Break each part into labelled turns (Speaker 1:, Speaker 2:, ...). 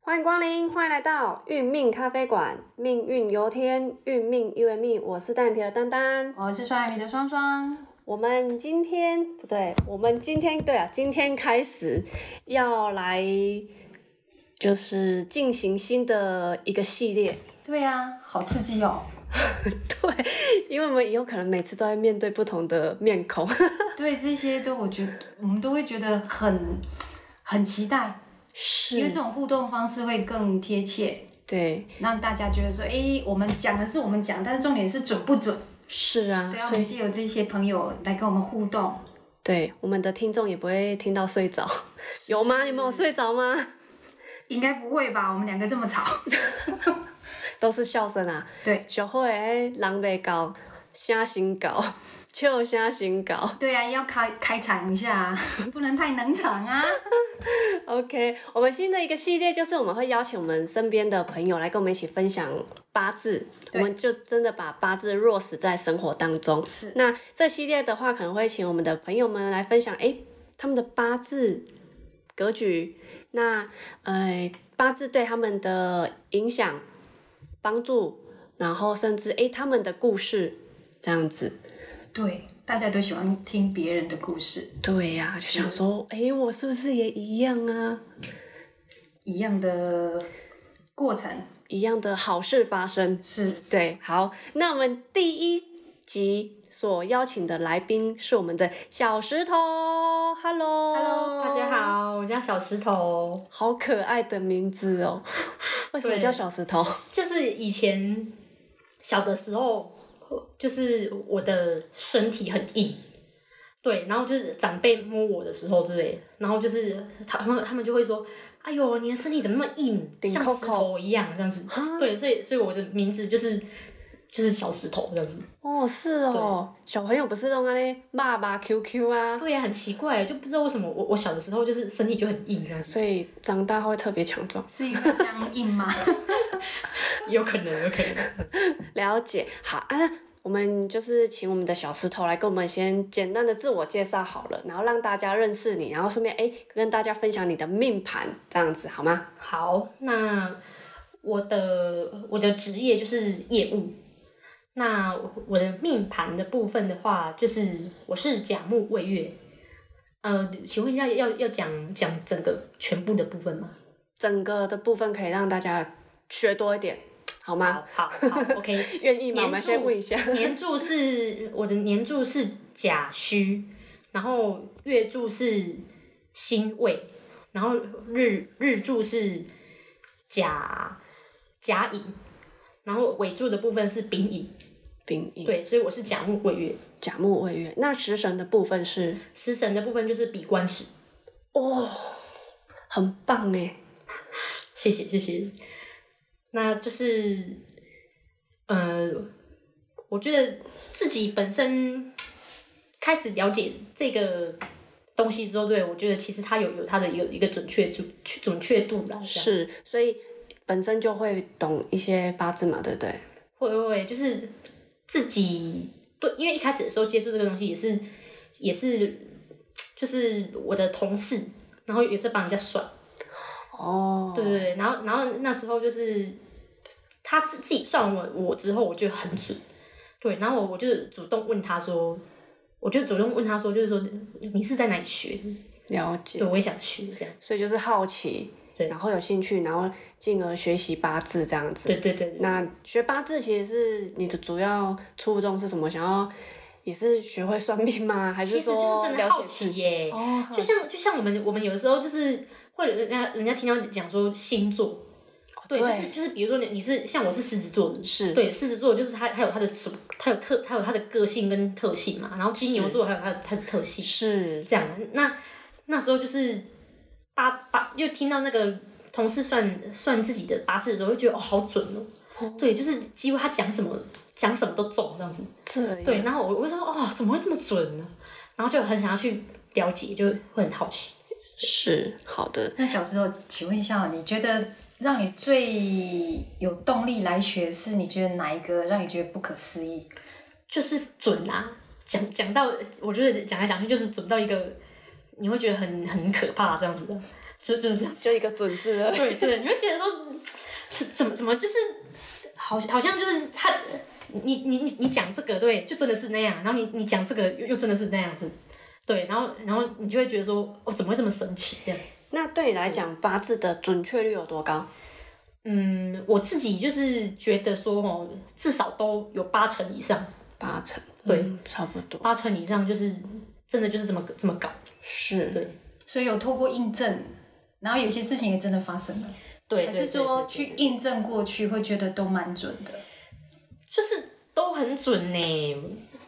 Speaker 1: 欢迎光临，欢迎来到运命咖啡馆，命运由天，运命由命。我是单眼皮的丹丹。
Speaker 2: 我哦是双眼皮的双双，
Speaker 1: 我们今天不对，我们今天对啊，今天开始要来就是进行新的一个系列。
Speaker 2: 对呀、好刺激哦！
Speaker 1: 对，因为我们以后可能每次都会面对不同的面孔。
Speaker 2: 对这些都，我觉得我们都会觉得很很期待，
Speaker 1: 是
Speaker 2: 因为这种互动方式会更贴切，
Speaker 1: 对，
Speaker 2: 让大家觉得说，诶，我们讲的是我们讲，但是重点是准不准？
Speaker 1: 是啊，
Speaker 2: 对啊，我
Speaker 1: 所
Speaker 2: 们
Speaker 1: 以
Speaker 2: 借由这些朋友来跟我们互动，
Speaker 1: 对我们的听众也不会听到睡着，有吗？你们有睡着吗？
Speaker 2: 应该不会吧？我们两个这么吵，
Speaker 1: 都是笑声啊。
Speaker 2: 对
Speaker 1: 小慧诶，人袂到，声先到， 笑声先到。
Speaker 2: 对啊，要开开场一下、啊， 不能太冷场啊！
Speaker 1: OK，我们新的一个系列就是我们会邀请我们身边的朋友来跟我们一起分享八字，我
Speaker 2: 对
Speaker 1: 们就真的把八字落实在生活当中。
Speaker 2: 是
Speaker 1: 那这系列的话，可能会请我们的朋友们来分享，诶，他们的八字格局，那呃八字对他们的影响、帮助，然后甚至诶他们的故事这样子。
Speaker 2: 对，大家都喜欢听别人的故事，
Speaker 1: 对呀、就想说，诶，我是不是也一样啊？
Speaker 2: 一样的过程
Speaker 1: 一样的好事发生。
Speaker 2: 是
Speaker 1: 对，好，那我们第一集所邀请的来宾是我们的小石头，Hello，,
Speaker 3: Hello，大家，好，我叫小石头。
Speaker 1: 好可爱的名字哦， 为什么
Speaker 3: 对
Speaker 1: 叫小石头？
Speaker 3: 就是以前小的时候，就是我的身体很硬，对，然后就是长辈摸我的时候，对不对？然后就是他们他们就会说：“哎呦，你的身体怎么那么硬，
Speaker 1: 顶
Speaker 3: 像
Speaker 1: 扣
Speaker 3: 石
Speaker 1: 扣
Speaker 3: 头一样这样子。”对，所以所以我的名字就是就是小石头这样子。
Speaker 1: 哦，是哦，小朋友不是弄那咧爸爸 QQ 啊，
Speaker 3: 对呀、很奇怪，就不知道为什么我我小的时候就是身体就很硬这样子，
Speaker 1: 所以长大后会特别强壮。
Speaker 2: 是因为僵硬 吗？
Speaker 3: 有可能有可能。
Speaker 1: 了解，好啊，那我们就是请我们的小石头来跟我们先简单的自我介绍好了，然后让大家认识你，然后顺便哎跟大家分享你的命盘，这样子好吗？
Speaker 3: 好，那我的我的职业就是业务。那我的命盘的部分的话，就是我是甲木未月。呃，请问一下，要要讲讲整个全部的部分吗？
Speaker 1: 整个的部分可以让大家学多一点，好吗？
Speaker 3: 好好好，OK。
Speaker 1: 愿意吗？我
Speaker 3: 年
Speaker 1: 们
Speaker 3: 柱
Speaker 1: 先问一下。
Speaker 3: 年柱是我的年柱是甲戌，然后月柱是辛未，然后日日柱是甲甲寅，然后尾柱的部分是丙寅。
Speaker 1: 丙寅、
Speaker 3: 对，所以我是甲木未月。
Speaker 1: 甲木、未月，那食神的部分是
Speaker 3: 食神的部分就是比官食。
Speaker 1: 哦，很棒哎，
Speaker 3: 谢谢谢谢。那就是，呃，我觉得自己本身开始了解这个东西之后，对我觉得其实它有有它的有一个准确度准确度啦，这样
Speaker 1: 是，所以本身就会懂一些八字嘛，对不对？
Speaker 3: 会会会，就是自己对，因为一开始的时候接触这个东西也是也是就是我的同事，然后有在帮人家算。
Speaker 1: 哦，
Speaker 3: 对对对，然后然后那时候就是他自自己算完我之后，我就很准，对，然后我我就主动问他说，我就主动问他说，就是说你是在哪里学？
Speaker 1: 了解
Speaker 3: 对，。我也想学这样。
Speaker 1: 所以就是好奇，
Speaker 3: 对
Speaker 1: 然后有兴趣，然后进而学习八字这样子。
Speaker 3: 对对对，对
Speaker 1: 那学八字其实是你的主要初衷是什么？想要也是学会算命吗？啊还
Speaker 3: 其
Speaker 1: 是
Speaker 3: 实
Speaker 1: 说
Speaker 3: 就是真的
Speaker 1: 了
Speaker 3: 好
Speaker 1: 解自
Speaker 3: 奇
Speaker 1: 己？
Speaker 3: 耶，
Speaker 1: 哦，好
Speaker 3: 就
Speaker 1: 奇
Speaker 3: 像就像我们我们有的时候就是会人家人家听到讲说星座，对，
Speaker 1: 哦对
Speaker 3: 就是就是比如说你你是像我是狮子座的，
Speaker 1: 是
Speaker 3: 对，狮子座就是它它有它的属，它有特它有它的个性跟特性嘛，然后金牛座还有它的它的特性，
Speaker 1: 是
Speaker 3: 这样。那那时候就是八八，又听到那个同事算算自己的八字的时候，会觉得哦，好准哦。对，就是几乎他讲什么讲什么都中这样子。
Speaker 1: 这样
Speaker 3: 对，然后我我就说哦，怎么会这么准呢？然后就很想要去了解，就会很好奇。
Speaker 1: 是好的。
Speaker 2: 那小时候，请问一下，你觉得让你最有动力来学，是你觉得哪一个让你觉得不可思议？
Speaker 3: 就是准啊，讲讲到，我觉得讲来讲去就是准到一个，你会觉得很很可怕这样子的。就就是这样。
Speaker 1: 就一个准字而已。
Speaker 3: 对对，你会觉得说，嗯怎怎么怎么就是，好像好像就是他，你你你你讲这个对，就真的是那样，然后你你讲这个又又真的是那样子，对，然后然后你就会觉得说，我、哦、怎么会这么神奇这样？
Speaker 1: 那对你来讲，八字的准确率有多高？
Speaker 3: 嗯，我自己就是觉得说哦，至少都有八成以上，
Speaker 1: 八成，
Speaker 3: 对
Speaker 1: 嗯差不多
Speaker 3: 八成以上就是真的就是这么这么搞，
Speaker 1: 是。
Speaker 3: 对
Speaker 2: 所以有透过印证，然后有些事情也真的发生了，
Speaker 3: 对，
Speaker 2: 还
Speaker 3: 对
Speaker 2: 是说
Speaker 3: 对对
Speaker 2: 去印证过去，会觉得都蛮准的。
Speaker 3: 就是都很准呢。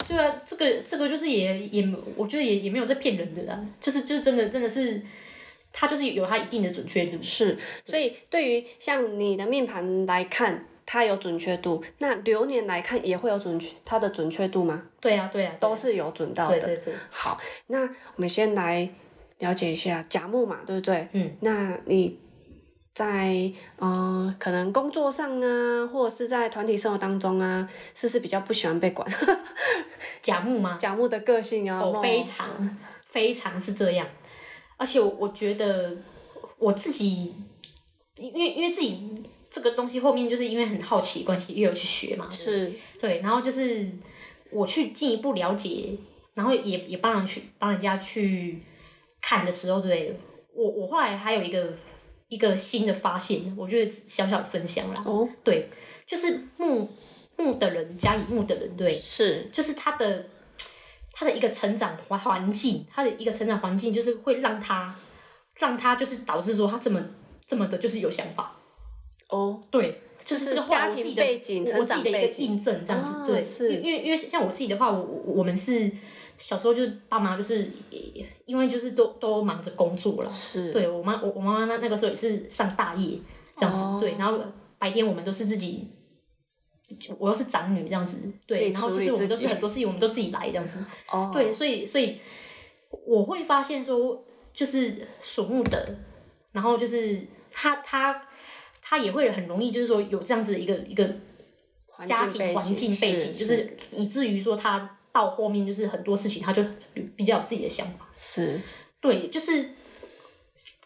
Speaker 3: 对啊，这个这个就是也也，我觉得也也没有在骗人的啦，就是就是真的真的是，它就是有它一定的准确度。
Speaker 1: 是，所以对于像你的命盘来看，它有准确度；那流年来看也会有准确，它的准确度吗？
Speaker 3: 对啊，对啊，
Speaker 1: 都是有准到
Speaker 3: 对
Speaker 1: 的。
Speaker 3: 对对，
Speaker 1: 好，那我们先来了解一下甲木嘛，对不对？
Speaker 3: 嗯。
Speaker 1: 那你在呃，可能工作上啊，或者是在团体生活当中啊，是不是比较不喜欢被管？
Speaker 3: 啊甲木 吗？
Speaker 1: 甲木的个性啊，
Speaker 3: 哦，
Speaker 1: 梦
Speaker 3: 非常非常是这样，而且我我觉得我自己，因为因为自己这个东西后面就是因为很好奇的关系，也有去学嘛，
Speaker 1: 是
Speaker 3: 对，然后就是我去进一步了解，然后也也帮人去帮人家去看的时候，对我我后来还有一个一个新的发现，我觉得小小的分享啦，
Speaker 1: 哦，
Speaker 3: 对，就是木木的人加以木的人，对，
Speaker 1: 是
Speaker 3: 就是他的他的一个成长环环境，他的一个成长环境就是会让他让他就是导致说他这么这么的就是有想法，
Speaker 1: 哦，
Speaker 3: 对，就是这个话
Speaker 1: 家
Speaker 3: 我自己
Speaker 1: 庭
Speaker 3: 的
Speaker 1: 背景、
Speaker 3: 我
Speaker 1: 成
Speaker 3: 我自
Speaker 1: 长
Speaker 3: 己的一
Speaker 1: 背
Speaker 3: 个
Speaker 1: 景，
Speaker 3: 印证，这样子、
Speaker 1: 啊
Speaker 3: 对，
Speaker 1: 是
Speaker 3: 因为因为因为像我自己的话，我我我们是小时候就是爸妈就是也因为就是都都忙着工作了，
Speaker 1: 是
Speaker 3: 对我妈我我妈妈那那个时候也是上大夜这样子，
Speaker 1: 哦
Speaker 3: 对，然后白天我们都是自己。我又是长女这样子，
Speaker 1: 自
Speaker 3: 对，
Speaker 1: 己
Speaker 3: 然后
Speaker 1: 处
Speaker 3: 就
Speaker 1: 理
Speaker 3: 是我们
Speaker 1: 自
Speaker 3: 都
Speaker 1: 己
Speaker 3: 是很多事情我们都自己来这样子，
Speaker 1: 哦，
Speaker 3: 对，所以所以我会发现说，就是属木的，然后就是他他他也会很容易，就是说有这样子的一个一个
Speaker 1: 环
Speaker 3: 家
Speaker 1: 境
Speaker 3: 庭环境背景，就是以至于说他到后面就是很多事情他就比比较有自己的想法。
Speaker 1: 是
Speaker 3: 对，就是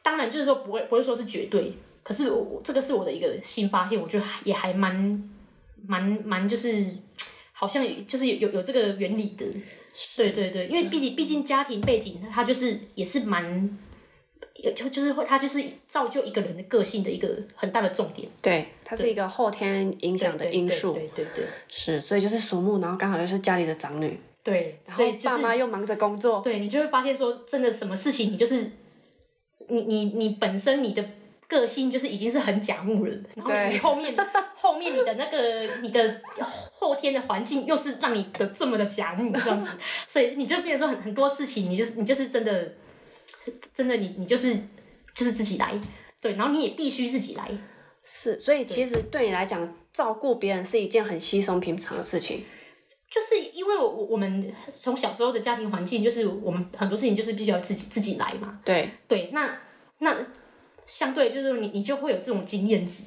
Speaker 3: 当然就是说不会不会说是绝对，可是我我这个是我的一个新发现，我觉得还也还蛮蛮蛮就是好像就是有有有这个原理的，对对对，因为毕竟毕竟家庭背景，它就是也是蛮。有就就是会，它就是造就一个人的个性的一个很大的重点，
Speaker 1: 对，它是一个后天影响的
Speaker 3: 对
Speaker 1: 因素，
Speaker 3: 对对对
Speaker 1: 是，所以就是属木，然后刚好又是家里的长女，
Speaker 3: 对，对
Speaker 1: 然
Speaker 3: 所
Speaker 1: 后
Speaker 3: 以就
Speaker 1: 爸
Speaker 3: 是
Speaker 1: 妈又忙着工作，
Speaker 3: 对你就会发现说，真的什么事情你就是你你你本身你的个性就是已经是很甲木了，然后
Speaker 1: 对
Speaker 3: 你后面 后面你的那个你的后天的环境又是让你的这么的甲木这样子，所以你就变成说很很多事情，你就是你就是真的真的你你就是就是自己来。对，然后你也必须自己来，
Speaker 1: 是，所以其实对你来讲，照顾别人是一件很稀松平常的事情，
Speaker 3: 就是因为我我我们从小时候的家庭环境，就是我们很多事情就是必须要自己自己来嘛。
Speaker 1: 对，
Speaker 3: 对，那那相对就是你你就会有这种经验值，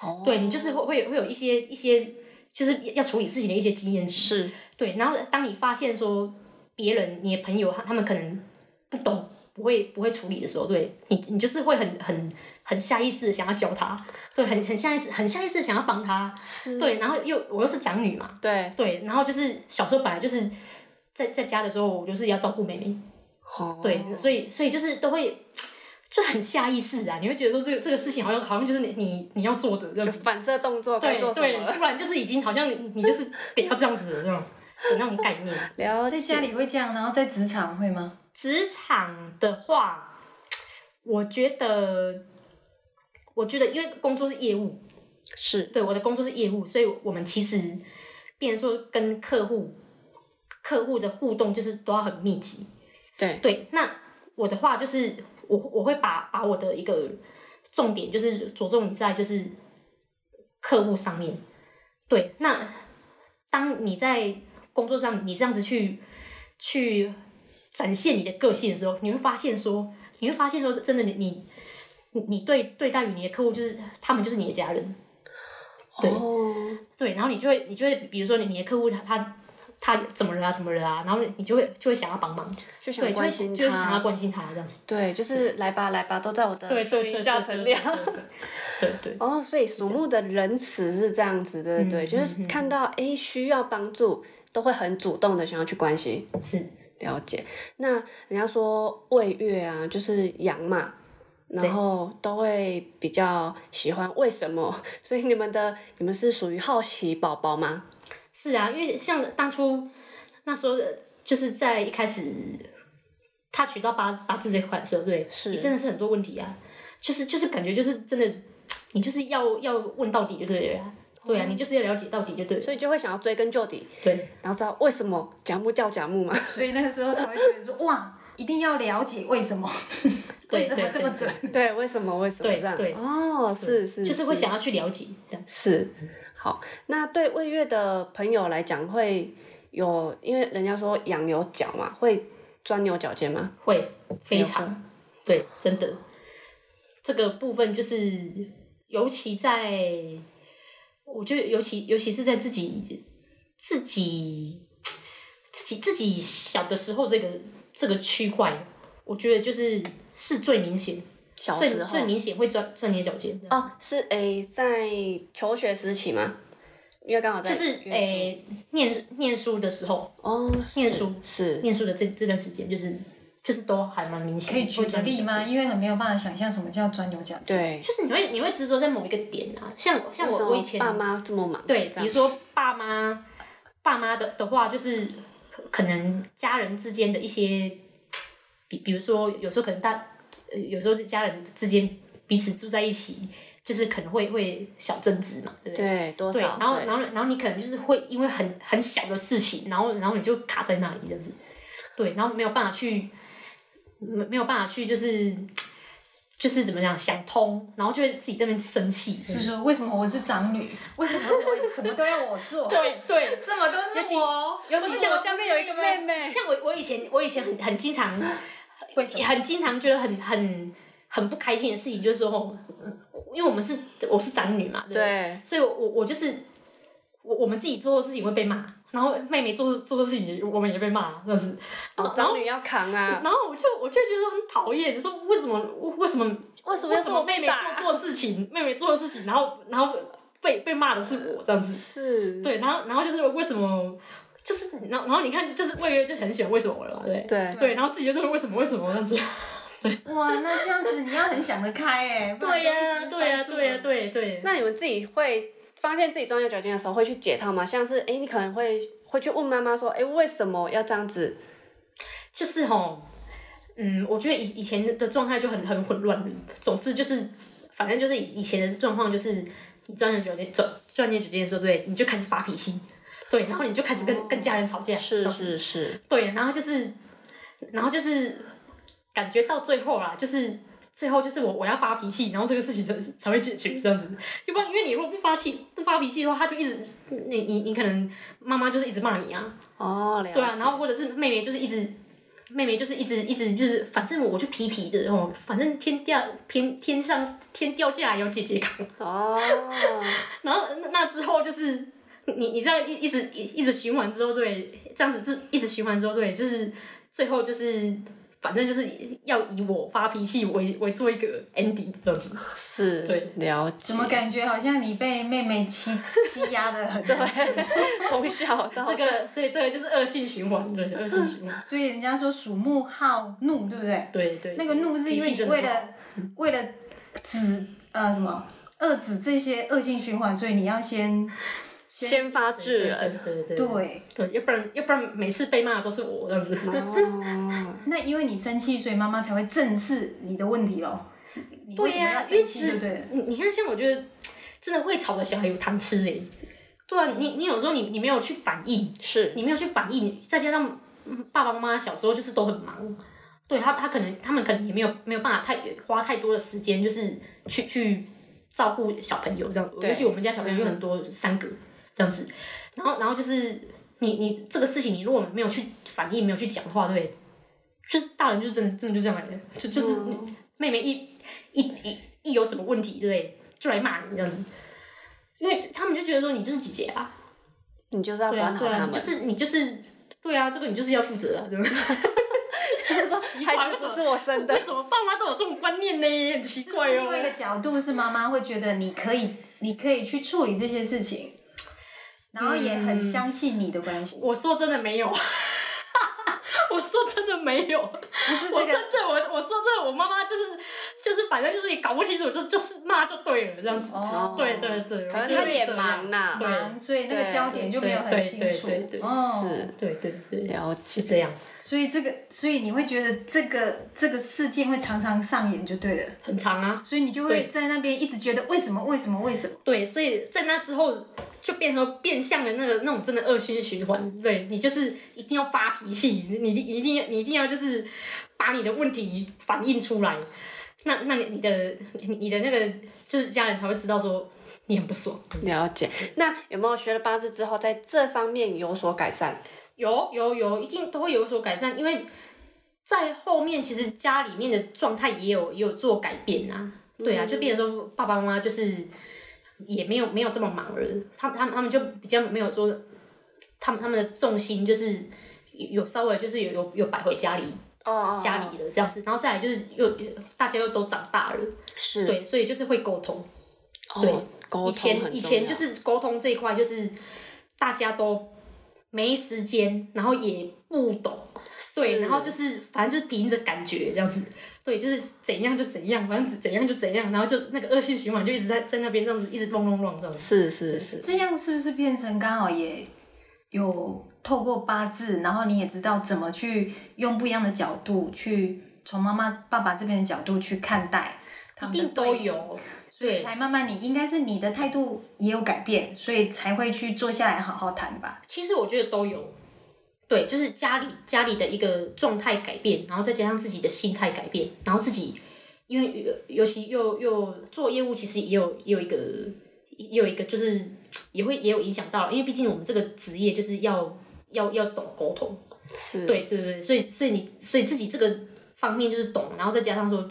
Speaker 1: 哦
Speaker 3: 对你就是会会有会有一些一些就是要处理事情的一些经验值，
Speaker 1: 是
Speaker 3: 对。然后当你发现说别人你的朋友他他们可能不懂。不会不会处理的时候，对你你就是会很很很下意识的想要教他，对，很很下意识很下意识地想要帮他，
Speaker 1: 是，
Speaker 3: 对，然后又我又是长女嘛，
Speaker 1: 对，
Speaker 3: 对，然后就是小时候本来就是在在家的时候，我就是要照顾妹妹，
Speaker 1: 哦
Speaker 3: 对，所以所以就是都会就很下意识啊，你会觉得说这个这个事情好像好像就是你你你要做的这样
Speaker 1: 就
Speaker 3: 子，
Speaker 1: 反射动作该
Speaker 3: 对
Speaker 1: 做什么
Speaker 3: 对，
Speaker 1: 了，
Speaker 3: 突然就是已经好像你你就是得要这样子的那种的那种概念。
Speaker 1: 了
Speaker 2: 在
Speaker 1: 解
Speaker 2: 家里会这样，然后在职场会吗？
Speaker 3: 职场的话，我觉得。我觉得，因为工作是业务，
Speaker 1: 是
Speaker 3: 对我的工作是业务，所以我们其实，变成说跟客户、客户的互动就是都要很密集。
Speaker 1: 对
Speaker 3: 对，那我的话就是我我会把把我的一个重点就是着重于在就是客户上面。对，那当你在工作上你这样子去去展现你的个性的时候，你会发现说，你会发现说，真的你你你你对对待于你的客户就是他们就是你的家人。对
Speaker 1: 哦
Speaker 3: 对，然后你就会你就会比如说你你的客户他他他怎么了啊，怎么了啊，然后你就会就会想要帮忙，
Speaker 1: 就想
Speaker 3: 对，就会
Speaker 1: 关心
Speaker 3: 就会想要
Speaker 1: 他，
Speaker 3: 关心他这样子。
Speaker 1: 对，就是来吧来吧，都在我的
Speaker 3: 对
Speaker 1: 树
Speaker 3: 对
Speaker 1: 荫
Speaker 3: 对，
Speaker 1: 下
Speaker 3: 对
Speaker 1: 乘
Speaker 3: 对
Speaker 1: 凉。
Speaker 3: 对对，
Speaker 1: 哦，所以属木的仁慈是这样子，对不对？
Speaker 3: 嗯
Speaker 1: 就是
Speaker 3: 嗯嗯
Speaker 1: 看到诶需要帮助，都会很主动的想要去关心。
Speaker 3: 对是
Speaker 1: 了解。那人家说未月啊，就是羊嘛，然
Speaker 3: 对
Speaker 1: 后都会比较喜欢。为什么？ 所以你们的你们是属于好奇宝宝吗？
Speaker 3: 是啊，因为像当初那时候呃就是在一开始，他取到八八字这款的时候，对，
Speaker 1: 是
Speaker 3: 你真的是很多问题啊，就是就是感觉就是真的，你就是要要问到底就对了啊、对啊，你就是要了解到底就对了，
Speaker 1: 所以就会想要追根究底，
Speaker 3: 对，
Speaker 1: 然后知道为什么甲木叫甲木嘛。
Speaker 2: 所以那个时候才会觉得说，哇，一定要了解为什 么，
Speaker 3: 对
Speaker 2: 为什么
Speaker 3: 对
Speaker 2: 这么
Speaker 3: 对
Speaker 2: 准？
Speaker 1: 对，为什么为什么
Speaker 3: 对
Speaker 1: 这样
Speaker 3: 对？
Speaker 1: 哦，是是，
Speaker 3: 就是会想要去了解这样。
Speaker 1: 是，好，那对未月的朋友来讲，会有因为人家说羊有角嘛，会钻牛角尖吗？
Speaker 3: 会非
Speaker 1: 没
Speaker 3: 常对，真的这个部分就是，尤其在我觉得尤其尤其是在自己自己自己自己小的时候，这个这个区块，我觉得就是是最明显、
Speaker 1: 小
Speaker 3: 最
Speaker 1: 时候
Speaker 3: 最明显会钻钻你的脚尖的，
Speaker 1: 哦，是诶、在求学时期吗？因为刚好在
Speaker 3: 就是
Speaker 1: 月
Speaker 3: 诶、念念书的时候，
Speaker 1: 中哦，
Speaker 3: 念
Speaker 1: 是
Speaker 3: 书
Speaker 1: 是
Speaker 3: 念书的这这段时间，就是就是都还蛮明显
Speaker 2: 可
Speaker 3: 的，
Speaker 2: 以举
Speaker 3: 会
Speaker 2: 个
Speaker 3: 钻你
Speaker 2: 例
Speaker 3: 脚
Speaker 2: 吗？
Speaker 3: 尖？
Speaker 2: 因为很没有办法想象什么叫钻牛角尖。
Speaker 1: 对，
Speaker 3: 就是你会你会执着在某一个点啊，像像
Speaker 1: 为什
Speaker 3: 我
Speaker 1: 么
Speaker 3: 我以前
Speaker 1: 爸妈这么忙，
Speaker 3: 对，
Speaker 1: 这
Speaker 3: 比
Speaker 1: 样
Speaker 3: 如说爸妈，爸妈的的话，就是可能家人之间的一些，比比如说有时候可能大，呃有时候家人之间彼此住在一起，就是可能会会小争执嘛，对不对？
Speaker 1: 对多
Speaker 3: 对，
Speaker 1: 少
Speaker 3: 然后
Speaker 1: 对
Speaker 3: 然后然后你可能就是会因为很很小的事情，然后然后你就卡在那里这样子，对，然后没有办法去，没没有办法去就是。就是怎么讲想通，然后就会自己这边生气，
Speaker 2: 是说为什么我是长女？为什么我什么都要我做？
Speaker 3: 对对，
Speaker 2: 什么都
Speaker 3: 尤其
Speaker 2: 是我。
Speaker 3: 尤其
Speaker 2: 不是
Speaker 3: 像
Speaker 2: 我
Speaker 1: 下面有一个妹妹，
Speaker 3: 像我，我以前我以前很很经常，
Speaker 2: 为什么？
Speaker 3: 很经常觉得很很很不开心的事情，就是说，因为我们是我是长女嘛，对不对，
Speaker 1: 对
Speaker 3: 所以我我我就是我我们自己做的事情会被骂，然后妹妹做做的事情我们也被骂，那是，
Speaker 1: 哦，
Speaker 3: 然后
Speaker 1: 长女要扛啊，
Speaker 3: 然后我就我就觉得很讨厌，说为什么为什么
Speaker 1: 为什么
Speaker 3: 为
Speaker 1: 要
Speaker 3: 什
Speaker 1: 这
Speaker 3: 么啊
Speaker 1: 么
Speaker 3: 妹妹
Speaker 1: 大
Speaker 3: 做错事情，妹妹做的事情，然后然后被被骂的是我这样子，
Speaker 1: 是，
Speaker 3: 对，然后然后就是为什么，就是然后然后你看，就是魏月就很喜欢为什么了嘛，对不对
Speaker 1: 对
Speaker 3: 对，然后自己就说为什么为什么这 样子，
Speaker 2: 哇，那这样子你要很想得开哎、不然
Speaker 3: 对呀、
Speaker 2: 就一直
Speaker 3: 对呀、啊
Speaker 2: 塞住
Speaker 3: 对呀、
Speaker 2: 了
Speaker 3: 对对。
Speaker 1: 那你们自己会发现自己钻牛角尖的时候，会去解套吗？像是哎、诶你可能会会去问妈妈说，哎、为什么要这样子？
Speaker 3: 就是吼，嗯，我觉得以以前的状态就很很混乱。总之就是，反正就是以以前的状况就是，你钻研酒店转钻研酒店的时候，对，你就开始发脾气，对，然后你就开始跟、
Speaker 2: 哦
Speaker 3: 跟家人吵架，这样子
Speaker 1: 是，
Speaker 3: 对，然后就是，然后就是感觉到最后啦，就是最后就是我我要发脾气，然后这个事情才才会解决这样子。要不然，因为你如果不发气不发脾气的话，他就一直你你你可能妈妈就是一直骂你啊，
Speaker 1: 哦，了解。
Speaker 3: 对啊，然后或者是妹妹就是一直。妹妹就是一直一直就是，反正我就皮皮的哦，反正天掉天天上天掉下来有姐姐扛，
Speaker 1: 哦，
Speaker 3: 然后那那之后就是你你这样一一直一一直循环之后，对，这样子就一直循环之后，对，就是最后就是反正就是要以我发脾气为为做一个 ending 这样子。
Speaker 1: 是，
Speaker 3: 对，
Speaker 1: 了解。
Speaker 2: 怎么感觉好像你被妹妹欺 欺压的很？对。
Speaker 1: 对， 从小到
Speaker 3: 这个所以这个就是恶性循环，对，恶性循环，
Speaker 2: 所以人家说属木好怒，对不对？
Speaker 3: 对对。
Speaker 2: 那个怒是因为
Speaker 3: 脾气
Speaker 2: 你
Speaker 3: 真的
Speaker 2: 为了 为了止呃什么遏止这些恶性循环，所以你要先
Speaker 1: 先发制
Speaker 3: 对对
Speaker 1: 人。
Speaker 3: 对对对啊
Speaker 2: 对。
Speaker 3: 对，要不然要不然每次被骂的都是我这样子。
Speaker 1: 哦，
Speaker 2: 那因为你生气，所以妈妈才会正视你的问题咯。你为什么要
Speaker 3: 呀、因为
Speaker 2: 生
Speaker 3: 其
Speaker 2: 气就
Speaker 3: 实
Speaker 2: 对了。
Speaker 3: 你你看，像我觉得真的会吵的小孩有糖吃哎、对啊，你你有时候你你没有去反应，
Speaker 1: 是
Speaker 3: 你没有去反应，再加上嗯爸爸妈妈小时候就是都很忙，对他他可能他们可能也没有没有办法太花太多的时间，就是去去照顾小朋友这样。
Speaker 1: 对
Speaker 3: 尤其我们家小朋友有很多三个这样子，然后然后就是你你这个事情你如果没有去反应，没有去讲的话，对，就是大人就真的真的就这样来的，就就是你妹妹一一一一有什么问题，对，就来骂你这样子。因为他们就觉得说你就是姐姐啊，
Speaker 1: 你就是要
Speaker 3: 对啊
Speaker 1: 管好
Speaker 3: 对
Speaker 1: 他
Speaker 3: 啊，
Speaker 1: 们。
Speaker 3: 你就是你就是对啊，这个你就是要负责啊，对 吧？
Speaker 1: 他说
Speaker 3: 怪
Speaker 1: 孩子不是我生的
Speaker 3: 为，什么爸妈都有这种观念呢？很奇
Speaker 2: 是不
Speaker 3: 怪
Speaker 2: 是
Speaker 3: 哦。
Speaker 2: 另外一个角度是妈妈会觉得你可以，你可以去处理这些事情，然后也很相信你的关系，
Speaker 3: 我说真的没有， 我说真的没有。
Speaker 2: 不是
Speaker 3: 我
Speaker 2: 这个
Speaker 3: 甚至我我说真的，我妈妈就是就是反正就是也搞不清楚，就就是骂就对了这样子。
Speaker 2: 哦，
Speaker 3: 对对对，
Speaker 1: 可
Speaker 3: 我
Speaker 1: 能
Speaker 3: 觉得
Speaker 1: 他
Speaker 3: 是
Speaker 1: 也
Speaker 3: 这样
Speaker 1: 忙啊呐、
Speaker 3: 对
Speaker 2: 忙，所以那个
Speaker 1: 对
Speaker 2: 焦点就没有很
Speaker 3: 对
Speaker 2: 清
Speaker 3: 对
Speaker 2: 楚
Speaker 3: 对对，
Speaker 2: 哦，
Speaker 1: 是
Speaker 3: 对对对，
Speaker 1: 了
Speaker 3: 是
Speaker 1: 解。
Speaker 3: 这样，
Speaker 2: 所以这个，所以你会觉得这个这个事件会常常上演就对了，
Speaker 3: 很长啊。
Speaker 2: 所以你就会
Speaker 3: 对
Speaker 2: 在那边一直觉得为什么为什么为什么，
Speaker 3: 对，所以在那之后就变成变相的那个那种真的恶性循环。对你就是一定要发脾气，你你一定你一定要就是把你的问题反映出来，那那你的你你的那个就是家人才会知道说你很不爽。
Speaker 1: 了解，那有没有学了八字之后，在这方面有所改善？
Speaker 3: 有有有，一定都会有所改善，因为在后面其实家里面的状态也有也有做改变啊。对啊，就变成说爸爸妈妈就是也没有没有这么忙了，他们他们他们就比较没有说，他们他们的重心就是有稍微就是有有有摆回家里
Speaker 1: 哦哦，哦
Speaker 3: 家里了这样子，然后再来就是又又大家又都长大了，
Speaker 1: 是
Speaker 3: 对，所以就是会沟通。对
Speaker 1: 哦，沟通很重
Speaker 3: 以前
Speaker 1: 要
Speaker 3: 以前就是沟通这一块，就是大家都没时间，然后也不懂，对，然后就是反正就是凭着感觉这样子，对，就是怎样就怎样，反正怎怎样就怎样，然后就那个恶性循环就一直在在那边这样子，一直乱乱乱这样子。
Speaker 1: 是是是，
Speaker 2: 这样是不是变成刚好也有透过八字，然后你也知道怎么去用不一样的角度去从妈妈爸爸这边的角度去看待，
Speaker 3: 一定都，有，
Speaker 2: 所以
Speaker 3: 对，
Speaker 2: 才慢慢你应该是你的态度也有改变，所以才会去坐下来好好谈吧。
Speaker 3: 其实我觉得都有，对，就是家里家里的一个状态改变，然后再加上自己的心态改变，然后自己因为尤尤其又又做业务，其实也有也有一个也有一个就是也会也有影响到，因为毕竟我们这个职业就是要要要懂沟通，
Speaker 1: 是，
Speaker 3: 对对对，所以所以你所以自己这个方面就是懂，然后再加上说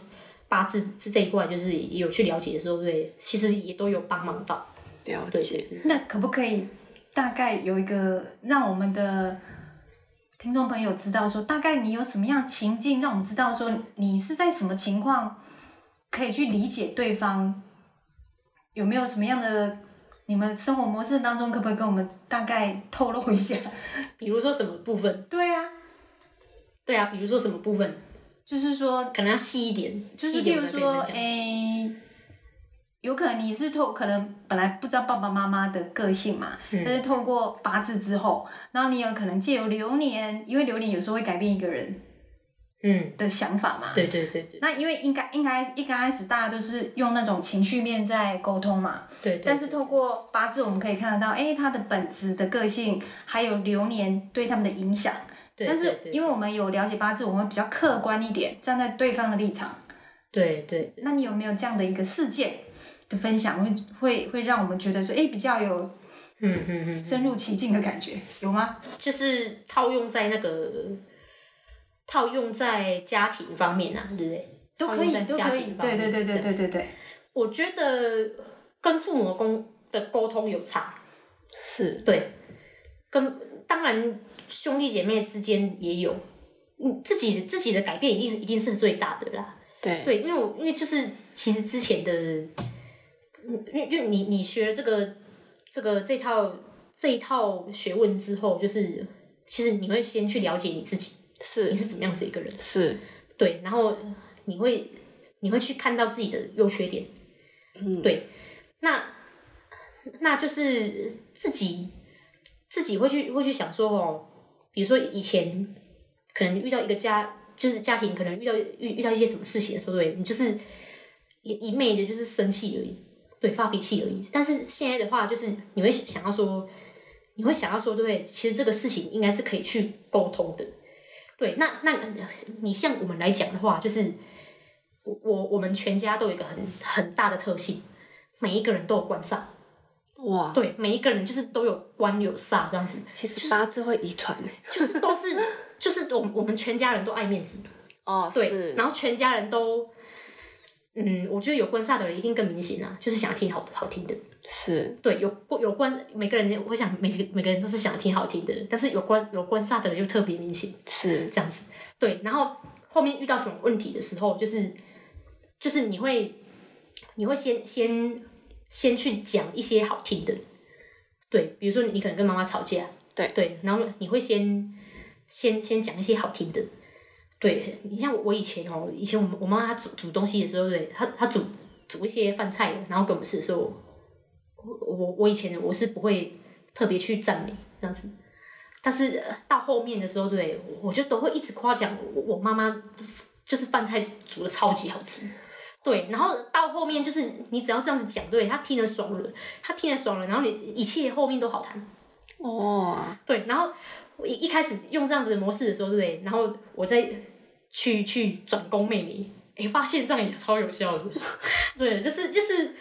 Speaker 3: 八字这这一块就是也有去了解的时候，对，其实也都有帮忙到，
Speaker 1: 了
Speaker 3: 对
Speaker 1: 解。
Speaker 2: 那可不可以大概有一个让我们的听众朋友知道说，大概你有什么样情境，让我们知道说你是在什么情况可以去理解对方，有没有什么样的你们生活模式当中，可不可以跟我们大概透露一下？
Speaker 3: 比如说什么部分，
Speaker 2: 对啊，
Speaker 3: 对啊，比如说什么部分。
Speaker 2: 就是说，
Speaker 3: 可能要细一点，
Speaker 2: 就是
Speaker 3: 细一
Speaker 2: 例
Speaker 3: 点
Speaker 2: 如
Speaker 3: 我再跟你
Speaker 2: 说，
Speaker 3: 讲
Speaker 2: 诶、有可能你是透，可能本来不知道爸爸妈妈的个性嘛，
Speaker 3: 嗯
Speaker 2: 但是透过八字之后，然后你有可能借由流年，因为流年有时候会改变一个人
Speaker 3: 嗯，
Speaker 2: 的想法嘛。
Speaker 3: 对对对对
Speaker 2: 那因为应该应该一刚开始大家都是用那种情绪面在沟通嘛，
Speaker 3: 对对，
Speaker 2: 但是透过八字我们可以看得到，哎、他的本质的个性，还有流年对他们的影响。
Speaker 3: 对
Speaker 2: 但是
Speaker 3: 对对
Speaker 2: 因为我们有了解八字，我们会比较客观一点，站在对方的立场。
Speaker 3: 对对
Speaker 2: 那你有没有这样的一个事件的分享，会会会让我们觉得说，哎、比较有
Speaker 3: 嗯嗯嗯，
Speaker 2: 深入其境的感觉，有吗？
Speaker 3: 就是套用在那个套用在家庭方面啊，对不对？
Speaker 2: 都可
Speaker 3: 套用
Speaker 2: 以
Speaker 3: 在，
Speaker 2: 都
Speaker 3: 家
Speaker 2: 可
Speaker 3: 庭
Speaker 2: 以，
Speaker 3: 方
Speaker 2: 对
Speaker 3: 面
Speaker 2: 对对对
Speaker 3: 这
Speaker 2: 对
Speaker 3: 样子
Speaker 2: 对对。
Speaker 3: 我觉得跟父母沟的沟通有差，
Speaker 1: 是
Speaker 3: 对，跟当然兄弟姐妹之间也有，你自己自己的改变一定一定是最大的啦，
Speaker 1: 对
Speaker 3: 对，因为我因为就是其实之前的，嗯因为因为你你学了这个这个这套这一套学问之后，就是其实你会先去了解你自己，
Speaker 1: 是
Speaker 3: 你是怎么样子一个人，
Speaker 1: 是，
Speaker 3: 对，然后你会你会去看到自己的优缺点，
Speaker 1: 嗯，
Speaker 3: 对，那那就是自己自己会去会去想说哦，比如说以前可能遇到一个家，就是家庭可能遇到遇遇到一些什么事情的时候，对你就是一一昧的就是生气而已，对，发脾气而已。但是现在的话，就是你会想要说，你会想要说，对不对，其实这个事情应该是可以去沟通的。对，那那你像我们来讲的话，就是我我我们全家都有一个很很大的特性，每一个人都有官煞，
Speaker 1: 哇，
Speaker 3: 对，每一个人就是都有官有煞这样子，
Speaker 1: 其实八字会遗传欸呢。
Speaker 3: 就是都是就是我们我们全家人都爱面子，
Speaker 1: 哦，
Speaker 3: 对，
Speaker 1: 是
Speaker 3: 然后全家人都，嗯，我觉得有官煞的人一定更明显啊，就是想要听好好听的，
Speaker 1: 是
Speaker 3: 对，有关有关每个人，我想每个每个人都是想听好听的，但是有关有关煞的人又特别明显，
Speaker 1: 是，
Speaker 3: 这样子。对，然后后面遇到什么问题的时候，就是就是你会你会先先先去讲一些好听的，对，比如说你可能跟妈妈吵架，
Speaker 1: 对
Speaker 3: 对，然后你会先先先讲一些好听的。对你像我以前哦，以前我们我妈她煮煮东西的时候，对她她煮煮一些饭菜，然后给我们吃的时候，我我我以前我是不会特别去赞美这样子，但是呃到后面的时候，对我就都会一直夸奖我我妈妈，就是饭菜煮的超级好吃。对，然后到后面就是你只要这样子讲，对她听得爽了，她听得爽了，然后你一切后面都好谈。
Speaker 1: 哦，
Speaker 3: 对，然后我一一开始用这样子的模式的时候，对不对？然后我再去去转攻妹妹，诶，发现这样也超有效的。 对，就是就是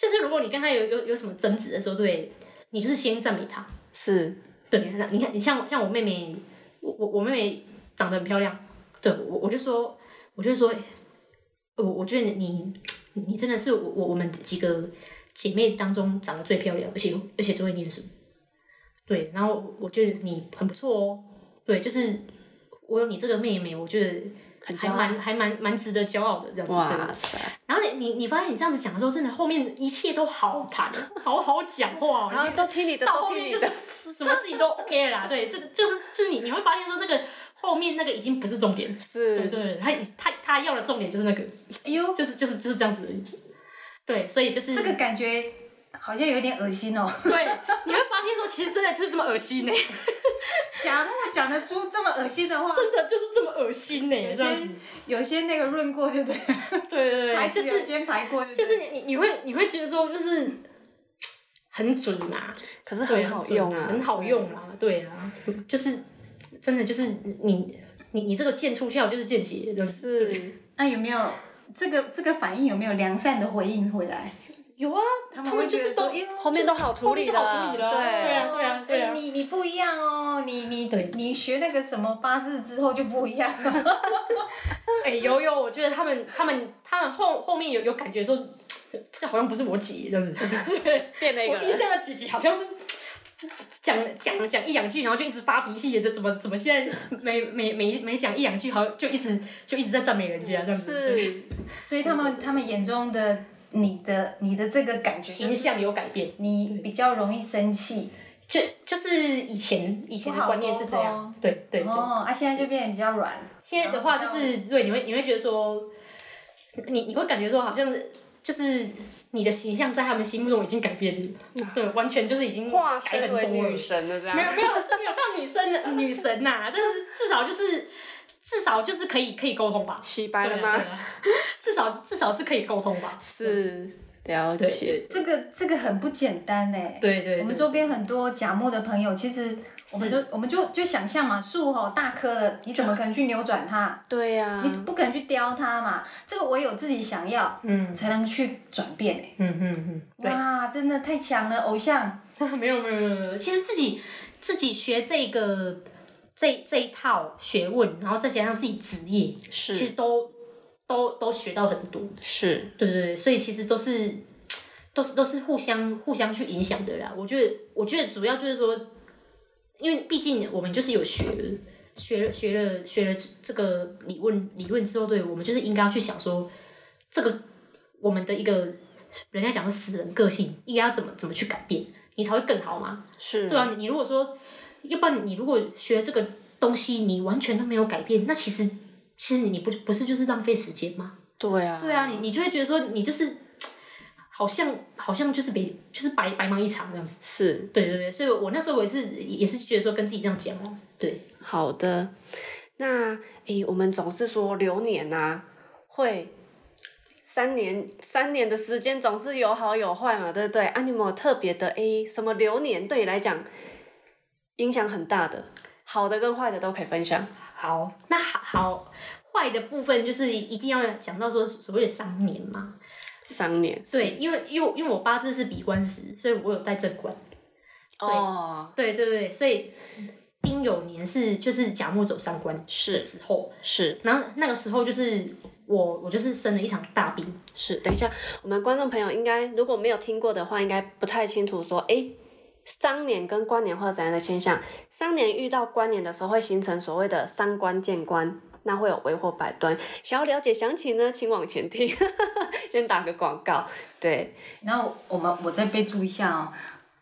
Speaker 3: 就是，如果你跟他有有有什么争执的时候，对，你就是先赞美他。
Speaker 1: 是
Speaker 3: 对，那你看，你像像我妹妹，我我我妹妹长得很漂亮，对我我就说，我就说，我我觉得你你真的是我我我们几个姐妹当中长得最漂亮，而且而且最会念书。对，然后我觉得你很不错哦。对，就是我有你这个妹妹，我觉得
Speaker 1: 很
Speaker 3: 还
Speaker 1: 骄傲
Speaker 3: 蛮还蛮蛮值得骄傲的这样子。对
Speaker 1: 哇塞，
Speaker 3: 然后你你你发现你这样子讲的时候，真的后面一切都好谈，好好讲 话哦。
Speaker 1: 然后都听你的，
Speaker 3: 到
Speaker 1: 都
Speaker 3: 后
Speaker 1: 听
Speaker 3: 面
Speaker 1: 你
Speaker 3: 就是
Speaker 1: 的，
Speaker 3: 什么事情都 OK 了啦。对，这个就是就是你你会发现说那个后面那个已经不是重点，对
Speaker 1: 是，
Speaker 3: 对，对他已他他要的重点就是那个，
Speaker 2: 哎呦，
Speaker 3: 就是就是就是这样子而已。对，所以就是
Speaker 2: 这个感觉好像有点恶心哦。
Speaker 3: 对，你会发现说其实真的就是这么恶心呢、
Speaker 2: 假如我讲得出这么恶心的话，
Speaker 3: 真的就是这么恶心呢、
Speaker 2: 有
Speaker 3: 这样
Speaker 2: 些
Speaker 3: 子。
Speaker 2: 有些那个润过就对了，
Speaker 3: 对对
Speaker 2: 还
Speaker 3: 对，就是是
Speaker 2: 有些排过就对
Speaker 3: 就是你你你会你会觉得说就是很准啊，
Speaker 1: 可是
Speaker 3: 对
Speaker 1: 很好用啊，
Speaker 3: 很好用啦，对啊，就是真的就是你你你这个剑出鞘就是剑邪，这样子
Speaker 1: 是，
Speaker 2: 那有没有这个这个反应有没有良善的回应回来？
Speaker 3: 有啊，
Speaker 2: 他
Speaker 3: 他
Speaker 2: 们
Speaker 3: 们
Speaker 2: 会
Speaker 3: 就
Speaker 2: 觉得
Speaker 3: 是都
Speaker 2: 说，哎因为
Speaker 1: 后面都好处理
Speaker 3: 后面都好处理了对
Speaker 1: 对，
Speaker 3: 啊对啊对啊
Speaker 2: 哎你你不一样哦，你你
Speaker 3: 对
Speaker 2: 你学那个什么八字之后就不一样了。
Speaker 3: 哎、有有，我觉得他们他们他们后后面有有感觉说，这个好像不是我姐 这样子，对，
Speaker 1: 变了一
Speaker 3: 我
Speaker 1: 个
Speaker 3: 印
Speaker 1: 人，
Speaker 3: 象的姐姐好像是。讲讲讲一两句，然后就一直发脾气，这怎么怎么现在 每每每每讲一两句，好像就一直就一直在赞美人家这样子，对
Speaker 1: 是，
Speaker 2: 所以他们他们眼中的你的你的这个感觉就
Speaker 3: 形
Speaker 2: 是
Speaker 3: 象有改变，
Speaker 2: 你比较容易生气
Speaker 3: 就就是以前以前
Speaker 2: 不
Speaker 3: 的
Speaker 2: 好
Speaker 3: 观念是这
Speaker 2: 沟
Speaker 3: 样
Speaker 2: 通，
Speaker 3: 对对对。
Speaker 2: 哦，啊，现在就变得比较软。
Speaker 3: 现在的话就是对，你会你会觉得说，你你会感觉说好像就是你的形象在他们心目中已经改变了，对，完全就是已经
Speaker 1: 啊化
Speaker 3: 改
Speaker 1: 身
Speaker 3: 很多
Speaker 1: 为女
Speaker 3: 了。
Speaker 1: 神的这
Speaker 3: 没有
Speaker 1: 样，
Speaker 3: 没有是没有到女生的女神呐、但是至少就是至少就是可以可以沟通吧。
Speaker 1: 洗
Speaker 3: 对
Speaker 1: 白了
Speaker 3: 啊对
Speaker 1: 吗？
Speaker 3: 啊，至少至少是可以沟通吧。
Speaker 1: 是，了
Speaker 3: 对
Speaker 1: 解，
Speaker 2: 这个这个很不简单哎。
Speaker 3: 对对
Speaker 2: 我们
Speaker 3: 对，
Speaker 2: 周边很多甲木的朋友，其实我们
Speaker 3: 是
Speaker 2: 就我们就就想象嘛，树吼大棵了，你怎么可能去扭转它？
Speaker 1: 对啊呀
Speaker 2: 你，不可能去雕它嘛。这个唯有自己想要，
Speaker 3: 嗯
Speaker 2: 才能去转变哎、
Speaker 3: 嗯嗯嗯，
Speaker 2: 哇，真的太强了，偶像。
Speaker 3: 对，没有没有没有没有，其实自己自己学这个这这一套学问，然后再加上自己职业，其实
Speaker 1: 是
Speaker 3: 都都都学到很多，
Speaker 1: 是，
Speaker 3: 对对对，所以其实都是都是都是互相互相去影响的啦。我觉得我觉得主要就是说，因为毕竟我们就是有学了学了学了学了这这个理论理论之后，对我们就是应该要去想说，这个我们的一个人家讲说死人个性应该要怎么怎么去改变，你才会更好嘛。
Speaker 1: 是，
Speaker 3: 对啊，你你如果说，要不然你如果学这个东西，你完全都没有改变，那其实其实你你不不是就是浪费时间吗？
Speaker 1: 对啊，
Speaker 3: 对啊，你你就会觉得说你就是好像好像就是别就是白白忙一场这样子。
Speaker 1: 是
Speaker 3: 对对对，所以我那时候我也是也是觉得说跟自己这样讲哦，对，
Speaker 1: 好的。那诶，我们总是说流年啊，会三年三年的时间总是有好有坏嘛，对不对？啊，你有没有特别的诶，什么流年对你来讲影响很大的，好的跟坏的都可以分享。
Speaker 3: 好，那好好坏的部分就是一定要讲到说所谓的三年嘛，
Speaker 1: 三年
Speaker 3: 对，因为因为因为我八字是比官时，所以我有带正官。
Speaker 1: 哦，
Speaker 3: 对对对，所以丁酉年是就是甲木走三关的
Speaker 1: 是
Speaker 3: 时候，
Speaker 1: 是
Speaker 3: 然后那个时候就是我我就是生了一场大病，
Speaker 1: 是，等一下，我们观众朋友应该如果没有听过的话，应该不太清楚说，诶，丧年跟关年会有怎样的现象？丧年遇到关年的时候，会形成所谓的三关见关，那会有为祸百端。想要了解详情呢，请往前听， 先打个广告。对，
Speaker 2: 然后我们我再备注一下哦，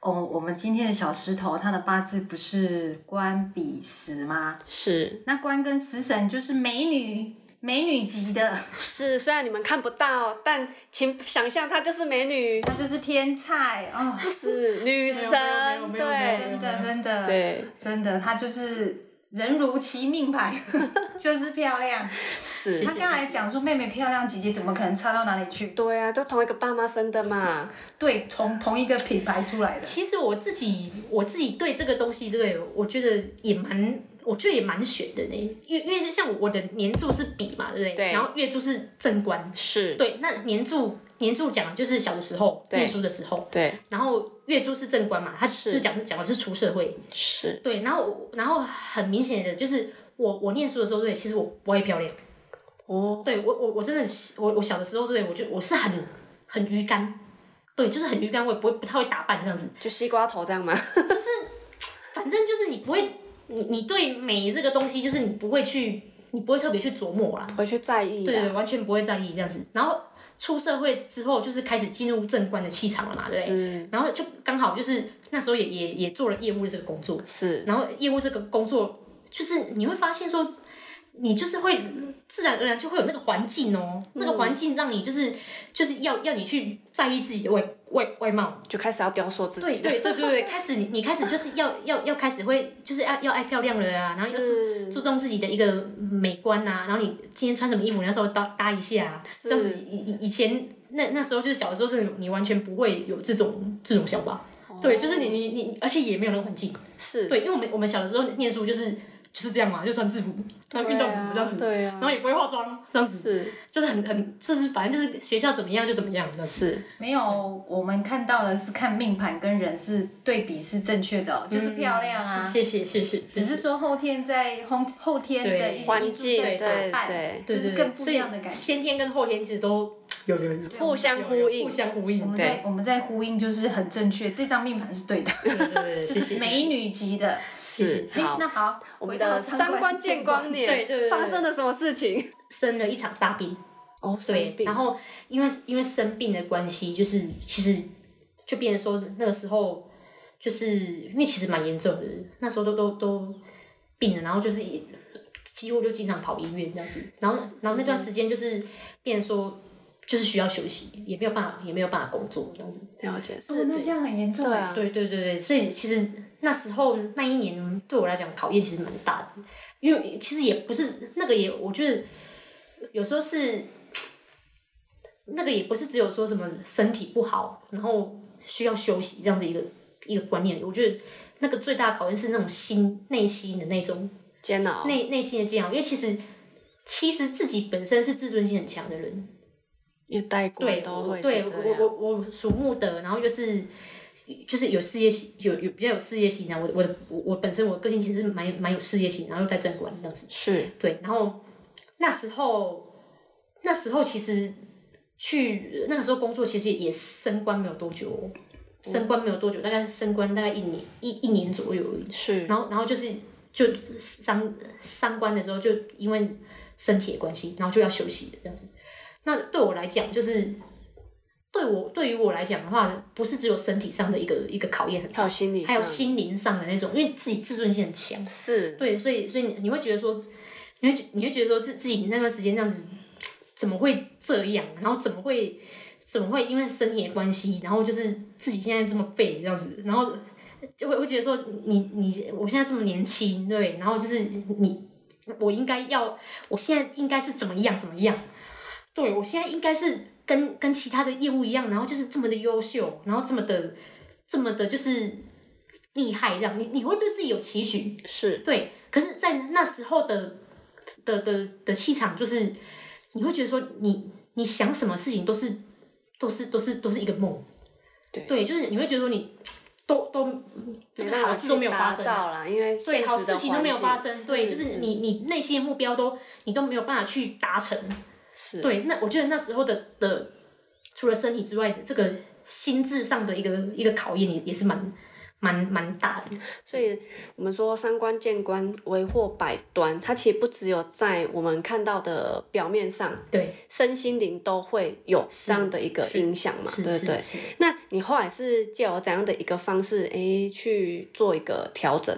Speaker 2: 哦，我们今天的小石头，它的八字不是官比石吗？
Speaker 1: 是
Speaker 2: 那官跟食神就是美女美女级的，
Speaker 1: 是，虽然你们看不到，但请想象她就是美女，
Speaker 2: 那就是天菜哦，
Speaker 1: 是女神
Speaker 3: 没有，没有没有没有
Speaker 1: 对
Speaker 2: 真的真的
Speaker 1: 对，
Speaker 2: 真的，她就是人如其命牌， 就是漂亮。
Speaker 1: 是
Speaker 2: 她。刚才讲说妹妹漂亮，姐姐怎么可能差到哪里去？
Speaker 1: 对啊，都同一个爸妈生的嘛，
Speaker 2: 对，从同一个品牌出来的，
Speaker 3: 其实我自己我自己对这个东西，对我觉得也蛮，我觉得也蛮悬的呢。因为因为是像我的年柱是比嘛，对不对？
Speaker 1: 对
Speaker 3: 然后月柱是正官，
Speaker 1: 是，
Speaker 3: 对，那年柱年柱讲的就是小的时候
Speaker 1: 对
Speaker 3: 念书的时候，
Speaker 1: 对，
Speaker 3: 然后月柱是正官嘛，他
Speaker 1: 是
Speaker 3: 就讲讲的是出社会，
Speaker 1: 是，
Speaker 3: 对，然后我然后很明显的就是我我念书的时候，对，其实我不爱漂亮，
Speaker 1: 哦，
Speaker 3: 对我我我真的是我我小的时候，对我就我是很很鱼竿，对，就是很鱼竿，我也不会不太会打扮这样子。
Speaker 1: 就西瓜头这样吗？
Speaker 3: 反正就是你不会，你你对美这个东西，就是你不会去，你不会特别去琢磨啦，
Speaker 1: 回去在意
Speaker 3: 啊对对，
Speaker 1: 的，
Speaker 3: 完全不会在意这样子。然后出社会之后，就是开始进入正官的气场了嘛，对不对。
Speaker 1: 是
Speaker 3: 然后就刚好就是那时候也也也做了业务这个工作，
Speaker 1: 是
Speaker 3: 然后业务这个工作就是你会发现说，你就是会自然而然就会有那个环境哦，那个环境让你就是就是要要你去在意自己的外外外貌，
Speaker 1: 就开始要雕塑自己
Speaker 3: 对
Speaker 1: 了，
Speaker 3: 对对对对，开始你你开始就是要要要开始会就是要要爱漂亮了啊，然后要注
Speaker 1: 是
Speaker 3: 注重自己的一个美观啊，然后你今天穿什么衣服，你要稍微搭搭一下、啊，这样子以以以前那那时候就是小的时候是你完全不会有这种这种想法，对，就是你你你，而且也没有那个环境，
Speaker 1: 是，
Speaker 3: 对，因为我们我们小的时候念书就是就是这样嘛，就穿制服，然后运动服这样子，
Speaker 1: 对
Speaker 3: 然
Speaker 1: 啊，
Speaker 3: 后也不会化妆这样子，
Speaker 1: 是
Speaker 3: 就是很很就是反正就是学校怎么样就怎么样这样子，
Speaker 1: 是
Speaker 2: 没有，我们看到的是看命盘跟人是对比是正确的哦，就是漂亮啊。
Speaker 3: 嗯谢谢谢谢，
Speaker 2: 只是说后天在后后天的
Speaker 3: 对
Speaker 2: 一些
Speaker 1: 环
Speaker 2: 因素
Speaker 1: 境，
Speaker 2: 在
Speaker 1: 对
Speaker 2: 打扮，
Speaker 1: 对，
Speaker 3: 对
Speaker 2: 就
Speaker 3: 对
Speaker 2: 是
Speaker 3: 对
Speaker 2: 更不一样的感觉。
Speaker 3: 先天跟后天其实都有有有
Speaker 1: 互相呼应
Speaker 3: 互，相呼应
Speaker 2: 我，们
Speaker 3: 对
Speaker 2: 在我们在呼应就是很正确，这张命盘是对的，
Speaker 3: 对对对，
Speaker 2: 就
Speaker 3: 谢谢
Speaker 2: 是美，女级的。
Speaker 1: 是
Speaker 2: 嘿
Speaker 1: 好，
Speaker 2: 那好，
Speaker 1: 我们
Speaker 2: 回到
Speaker 1: 的三观见光年，
Speaker 3: 对对对对
Speaker 1: 发生了什么事情？
Speaker 3: 生了一场大病，
Speaker 1: 哦，
Speaker 3: 对
Speaker 1: 生，病
Speaker 3: 然后因为因为生病的关系，就是其实就变成说那个时候，就是因为其实蛮严重的，那时候都都都病了，然后就是也几乎就经常跑医院这样子，然后然后那段时间就是变成说就是需要休息，也没有办法也没有办法工作这样子，
Speaker 1: 了解是
Speaker 2: 哦，那这样很严重
Speaker 1: 对
Speaker 2: 哎。
Speaker 1: 啊，
Speaker 3: 对对对对，所以其实那时候那一年对我来讲考验其实蛮大的，因为其实也不是那个也，我觉得有时候是那个也不是只有说什么身体不好，然后需要休息这样子一个一个观念，我觉得那个最大的考验是那种心内心的那种
Speaker 1: 煎熬，
Speaker 3: 内内心的煎熬，因为其实其实自己本身是自尊心很强的人，
Speaker 1: 因为带过
Speaker 3: 对，
Speaker 1: 都
Speaker 3: 我
Speaker 1: 会
Speaker 3: 对
Speaker 1: 是这
Speaker 3: 我
Speaker 1: 样，
Speaker 3: 我我属木的，然后就是就是有事业心，有有比较有事业心啊。我我的我我本身我个性其实蛮蛮有事业心，然后又带正官这样子。
Speaker 1: 是
Speaker 3: 对，然后那时候那时候其实去那个时候工作，其实也升官没有多久哦、升官没有多久，大概升官大概一年一一年左右而已。
Speaker 1: 是
Speaker 3: 然后然后就是就伤伤官的时候，就因为身体的关系，然后就要休息的这样子。那对我来讲，就是对我对于我来讲的话，不是只有身体上的一个一个考验很
Speaker 1: 还
Speaker 3: 大，
Speaker 1: 有心理上，
Speaker 3: 还有心灵上的那种，因为自己自尊心很强，
Speaker 1: 是
Speaker 3: 对，所以所以你你会觉得说，你会觉你会觉得说自自己那段时间这样子，怎么会这样？然后怎么会怎么会因为身体的关系，然后就是自己现在这么废这样子，然后就会会觉得说你你我现在这么年轻，对，然后就是你我应该要我现在应该是怎么样怎么样？对我现在应该是跟跟其他的业务一样，然后就是这么的优秀，然后这么的这么的就是厉害这样，你你会对自己有期许，
Speaker 1: 是
Speaker 3: 对，可是，在那时候的的的的气场，就是你会觉得说你，你想什么事情都是都是都是都是一个梦，
Speaker 1: 对
Speaker 3: 就是你会觉得说你都都这个好事都没有
Speaker 1: 没办法去
Speaker 3: 发生，
Speaker 1: 达到啦，因为
Speaker 3: 对，
Speaker 1: 现
Speaker 3: 好
Speaker 1: 实的
Speaker 3: 事情都没有
Speaker 1: 环
Speaker 3: 发
Speaker 1: 境
Speaker 3: 生，对，就是你你内心的目标都你都没有办法去达成，
Speaker 1: 是，
Speaker 3: 对，那我觉得那时候的的，除了身体之外的这个心智上的一个一个考验也也是蛮蛮蛮大的。
Speaker 1: 所以我们说三观见观，为祸百端，它其实不只有在我们看到的表面上，
Speaker 3: 对，
Speaker 1: 身心灵都会有这样的一个
Speaker 3: 是
Speaker 1: 影响嘛，
Speaker 3: 是
Speaker 1: 对不对
Speaker 3: 是？是。
Speaker 1: 那你后来是借由怎样的一个方式，诶，去做一个调整？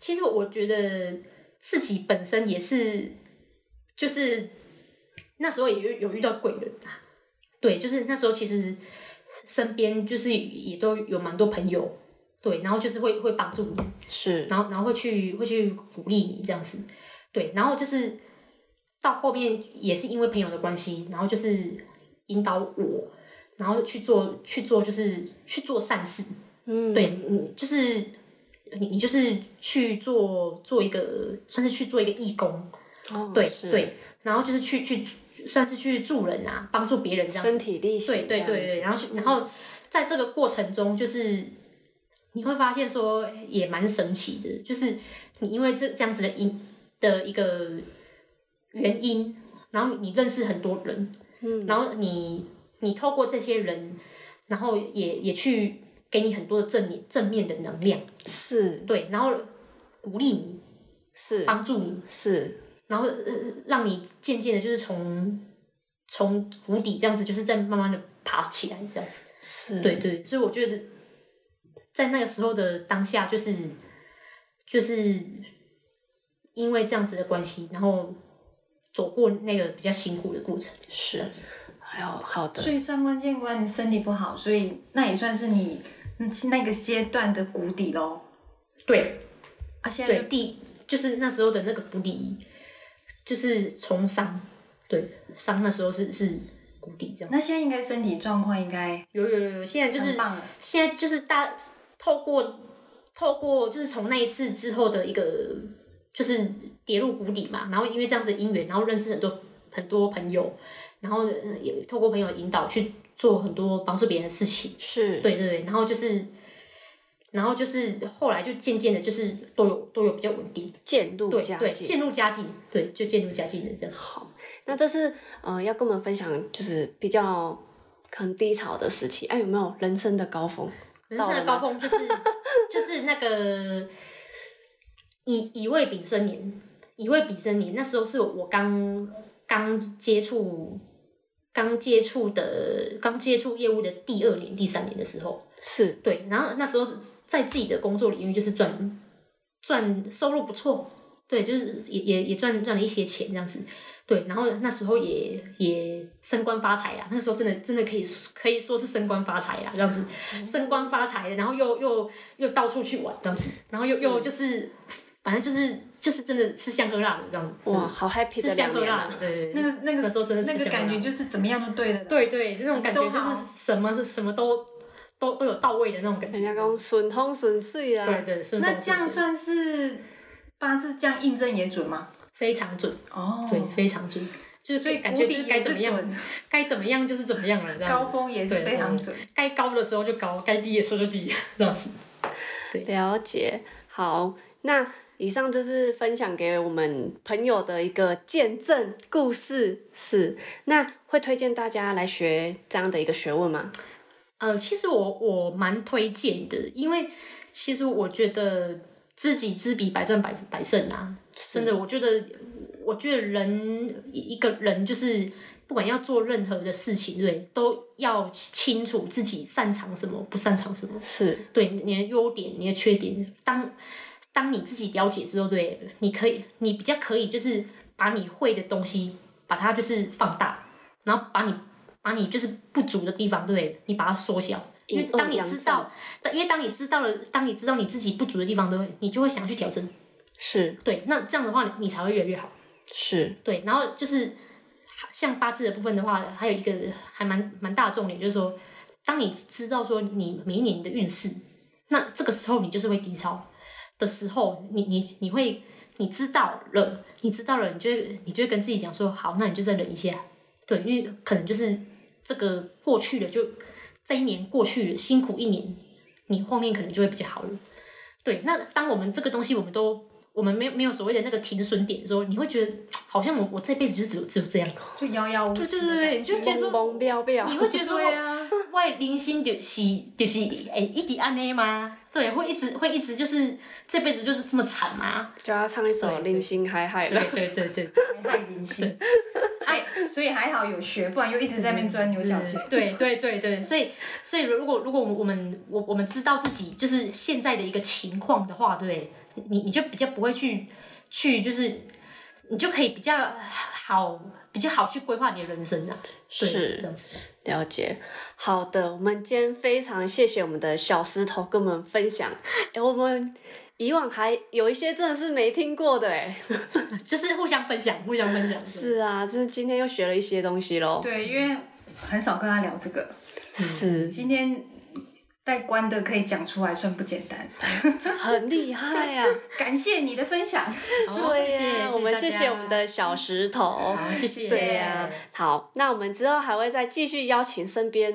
Speaker 3: 其实我觉得自己本身也是，就是那时候也有有遇到贵人啊，对，就是那时候其实身边就是也都有蛮多朋友，对，然后就是会会帮助你，
Speaker 1: 是，
Speaker 3: 然后然后会去会去鼓励你这样子，对，然后就是到后面也是因为朋友的关系，然后就是引导我，然后去做去做就是去做善事，
Speaker 1: 嗯，
Speaker 3: 对，你就是你你就是去做做一个算是去做一个义工，
Speaker 1: 哦，
Speaker 3: 对
Speaker 1: 是，
Speaker 3: 对，然后就是去去算是去助人啊，帮助别人这样子
Speaker 1: 身体力行
Speaker 3: 对对
Speaker 1: 这
Speaker 3: 对
Speaker 1: 样子
Speaker 3: 对，然后去然后在这个过程中，就是你会发现说也蛮神奇的，就是你因为这这样子的因的一个原因，然后你认识很多人，嗯，然后你你透过这些人，然后也也去给你很多的正面正面的能量，
Speaker 1: 是
Speaker 3: 对，然后鼓励你，
Speaker 1: 是
Speaker 3: 帮助你，
Speaker 1: 是，
Speaker 3: 然后、呃、让你渐渐的就是从从谷底这样子，就是再慢慢的爬起来这样子。
Speaker 1: 是，
Speaker 3: 对对，所以我觉得在那个时候的当下，就是就是因为这样子的关系，然后走过那个比较辛苦的过程，这
Speaker 1: 是
Speaker 3: 样，子。
Speaker 1: 还有好的
Speaker 2: 所，以三观见观，你身体不好，所以那也算是你嗯那个阶段的谷底喽。
Speaker 3: 对
Speaker 2: 啊，现在
Speaker 3: 对，
Speaker 2: 就
Speaker 3: 第就是那时候的那个谷底，就是从伤，对伤那时候是是谷底这样。
Speaker 2: 那现在应该身体状况应该
Speaker 3: 有有有有，现在就是
Speaker 2: 很棒了
Speaker 3: 现在就是大透过透过就是从那一次之后的一个就是跌入谷底嘛，然后因为这样子的因缘，然后认识很多很多朋友，然后呃也透过朋友的引导去做很多帮助别人的事情，
Speaker 1: 是，
Speaker 3: 对对对，然后就是然后就是后来就渐渐的，就是都有都有比较稳定，
Speaker 1: 渐入
Speaker 3: 对
Speaker 1: 佳
Speaker 3: 对，
Speaker 1: 境。
Speaker 3: 渐入佳境，对，就渐入佳境的这样子。
Speaker 1: 好，那这是呃要跟我们分享，就是比较可能低潮的时期，哎，有没有人生的高峰？
Speaker 3: 人生的高峰就是就是那个乙乙未丙申年，乙未丙申年那时候是我刚刚接触刚接触的刚接触业务的第二年、第三年的时候，
Speaker 1: 是
Speaker 3: 对，然后那时候在自己的工作领域就是赚赚收入不错，对，就是也也也赚赚了一些钱这样子，对，然后那时候也也升官发财啊，那时候真的真的可以可以说是升官发财啊，这样子，升官发财，然后又又又到处去玩这样子，然后又又就是反正就是就是真的吃香喝辣的这样子，
Speaker 1: 哇，好 happy
Speaker 3: 吃
Speaker 1: 的
Speaker 3: 香
Speaker 1: 两
Speaker 3: 喝
Speaker 1: 年
Speaker 3: 辣
Speaker 1: 啊，，
Speaker 3: 对，对
Speaker 2: 那
Speaker 3: 对
Speaker 2: 个那个
Speaker 3: 那时候真的是
Speaker 2: 那个
Speaker 3: 想不到
Speaker 2: 感觉就是怎么样都对的。，
Speaker 3: 对对，那种感觉就
Speaker 2: 都
Speaker 3: 是
Speaker 2: 好
Speaker 3: 什么是什么都都都有到位的那种感觉，
Speaker 1: 人家讲顺风顺水啊啦，
Speaker 3: 对对，顺风
Speaker 2: 那
Speaker 3: 顺
Speaker 2: 这样
Speaker 3: 水
Speaker 2: 算是八字这样印证也准吗？
Speaker 3: 非常准，
Speaker 2: 哦，
Speaker 3: 对，非常准，就是
Speaker 2: 所以
Speaker 3: 感
Speaker 2: 谷
Speaker 3: 觉就是
Speaker 2: 底
Speaker 3: 该
Speaker 2: 也
Speaker 3: 怎
Speaker 2: 是
Speaker 3: 么样，
Speaker 2: 准，
Speaker 3: 该怎么样就是怎么样了，这样
Speaker 2: 高峰也是
Speaker 3: 对
Speaker 2: 非常准。
Speaker 3: 该高的时候就高，该低的时候就低，这样子。
Speaker 1: 了解。好，那以上就是分享给我们朋友的一个见证故事，是那会推荐大家来学这样的一个学问吗？
Speaker 3: 呃，其实我我蛮推荐的，因为其实我觉得知己知彼，百战百百胜啊，真的，我觉得我觉得人一一个人就是。不管要做任何的事情，对，都要清楚自己擅长什么，不擅长什么。
Speaker 1: 是
Speaker 3: 对你的优点、你的缺点，当当你自己了解之后，对，你可以，你比较可以就是把你会的东西，把它就是放大，然后把你把你就是不足的地方，对你把它缩小。因为
Speaker 1: 隐恶
Speaker 3: 当你
Speaker 1: 扬
Speaker 3: 知
Speaker 1: 善
Speaker 3: 道，但因为当你知道了，当你知道你自己不足的地方，对，你就会想去调整。
Speaker 1: 是
Speaker 3: 对，那这样的话，你才会越来越好。
Speaker 1: 是
Speaker 3: 对，然后就是像八字的部分的话，还有一个还蛮蛮大的重点，就是说，当你知道说你每一年的运势，那这个时候你就是会低潮的时候，你你你会你知道了，你知道了，你就会你就会跟自己讲说，好，那你就再忍一下，对，因为可能就是这个过去了，就这一年过去了，辛苦一年，你后面可能就会比较好了。对，那当我们这个东西我们都我们没有没有所谓的那个停损点的时候，你会觉得好像我我这辈子就只有只有这样。
Speaker 2: 就遥遥无期
Speaker 3: 对
Speaker 2: 的
Speaker 3: 对
Speaker 2: 感觉。
Speaker 3: 对对，你哦就觉得
Speaker 1: 懵
Speaker 3: 说，
Speaker 1: 懵标标，
Speaker 3: 你会觉得说，
Speaker 2: 对啊
Speaker 3: 我的人生就是就是诶、一直安尼吗？对，会一直会一直就是这辈子就是这么惨吗？
Speaker 1: 就要唱一首
Speaker 3: 对
Speaker 1: 《零星嗨嗨》
Speaker 3: 对
Speaker 1: 了。
Speaker 3: 对对对。
Speaker 2: 害 人性。哎，所以还好有学，不然又一直在那边钻牛角尖。
Speaker 3: 对对对对，所以所以如果如果我们我我们知道自己就是现在的一个情况的话，对，你你就比较不会去去就是，你就可以比较好比较好去规划你的人生啊，对
Speaker 1: 是
Speaker 3: 这样子。
Speaker 1: 了解，好的，我们今天非常谢谢我们的小石头跟我们分享。哎、我们以往还有一些真的是没听过的哎、
Speaker 3: 就是互相分享，互相分 享。
Speaker 1: 是啊，就是今天又学了一些东西喽。
Speaker 2: 对，因为很少跟他聊这个，
Speaker 1: 是，
Speaker 2: 今天带关的可以讲出来，算不简单。
Speaker 1: 很厉害啊！
Speaker 2: 感谢你的分享，
Speaker 3: 好
Speaker 1: 对
Speaker 3: 谢
Speaker 1: 呀、
Speaker 3: 谢
Speaker 1: 我们
Speaker 3: 大
Speaker 1: 谢
Speaker 3: 家嗯
Speaker 1: 谢我们的小石头。
Speaker 3: 好，谢谢。
Speaker 1: 对呀、好，那我们之后还会再继续邀请身边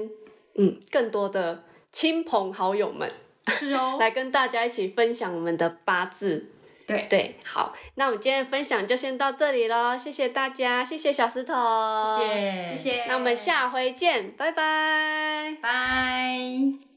Speaker 1: 嗯更多的亲朋好友们
Speaker 3: 是哦。
Speaker 1: 来跟大家一起分享我们的八字。
Speaker 2: 对
Speaker 1: 对，好，那我们今天的分享就先到这里喽，谢谢大家，谢谢小石头，
Speaker 3: 谢
Speaker 2: 谢
Speaker 3: 谢，
Speaker 2: 谢。
Speaker 1: 那我们下回见，拜拜。
Speaker 2: 拜。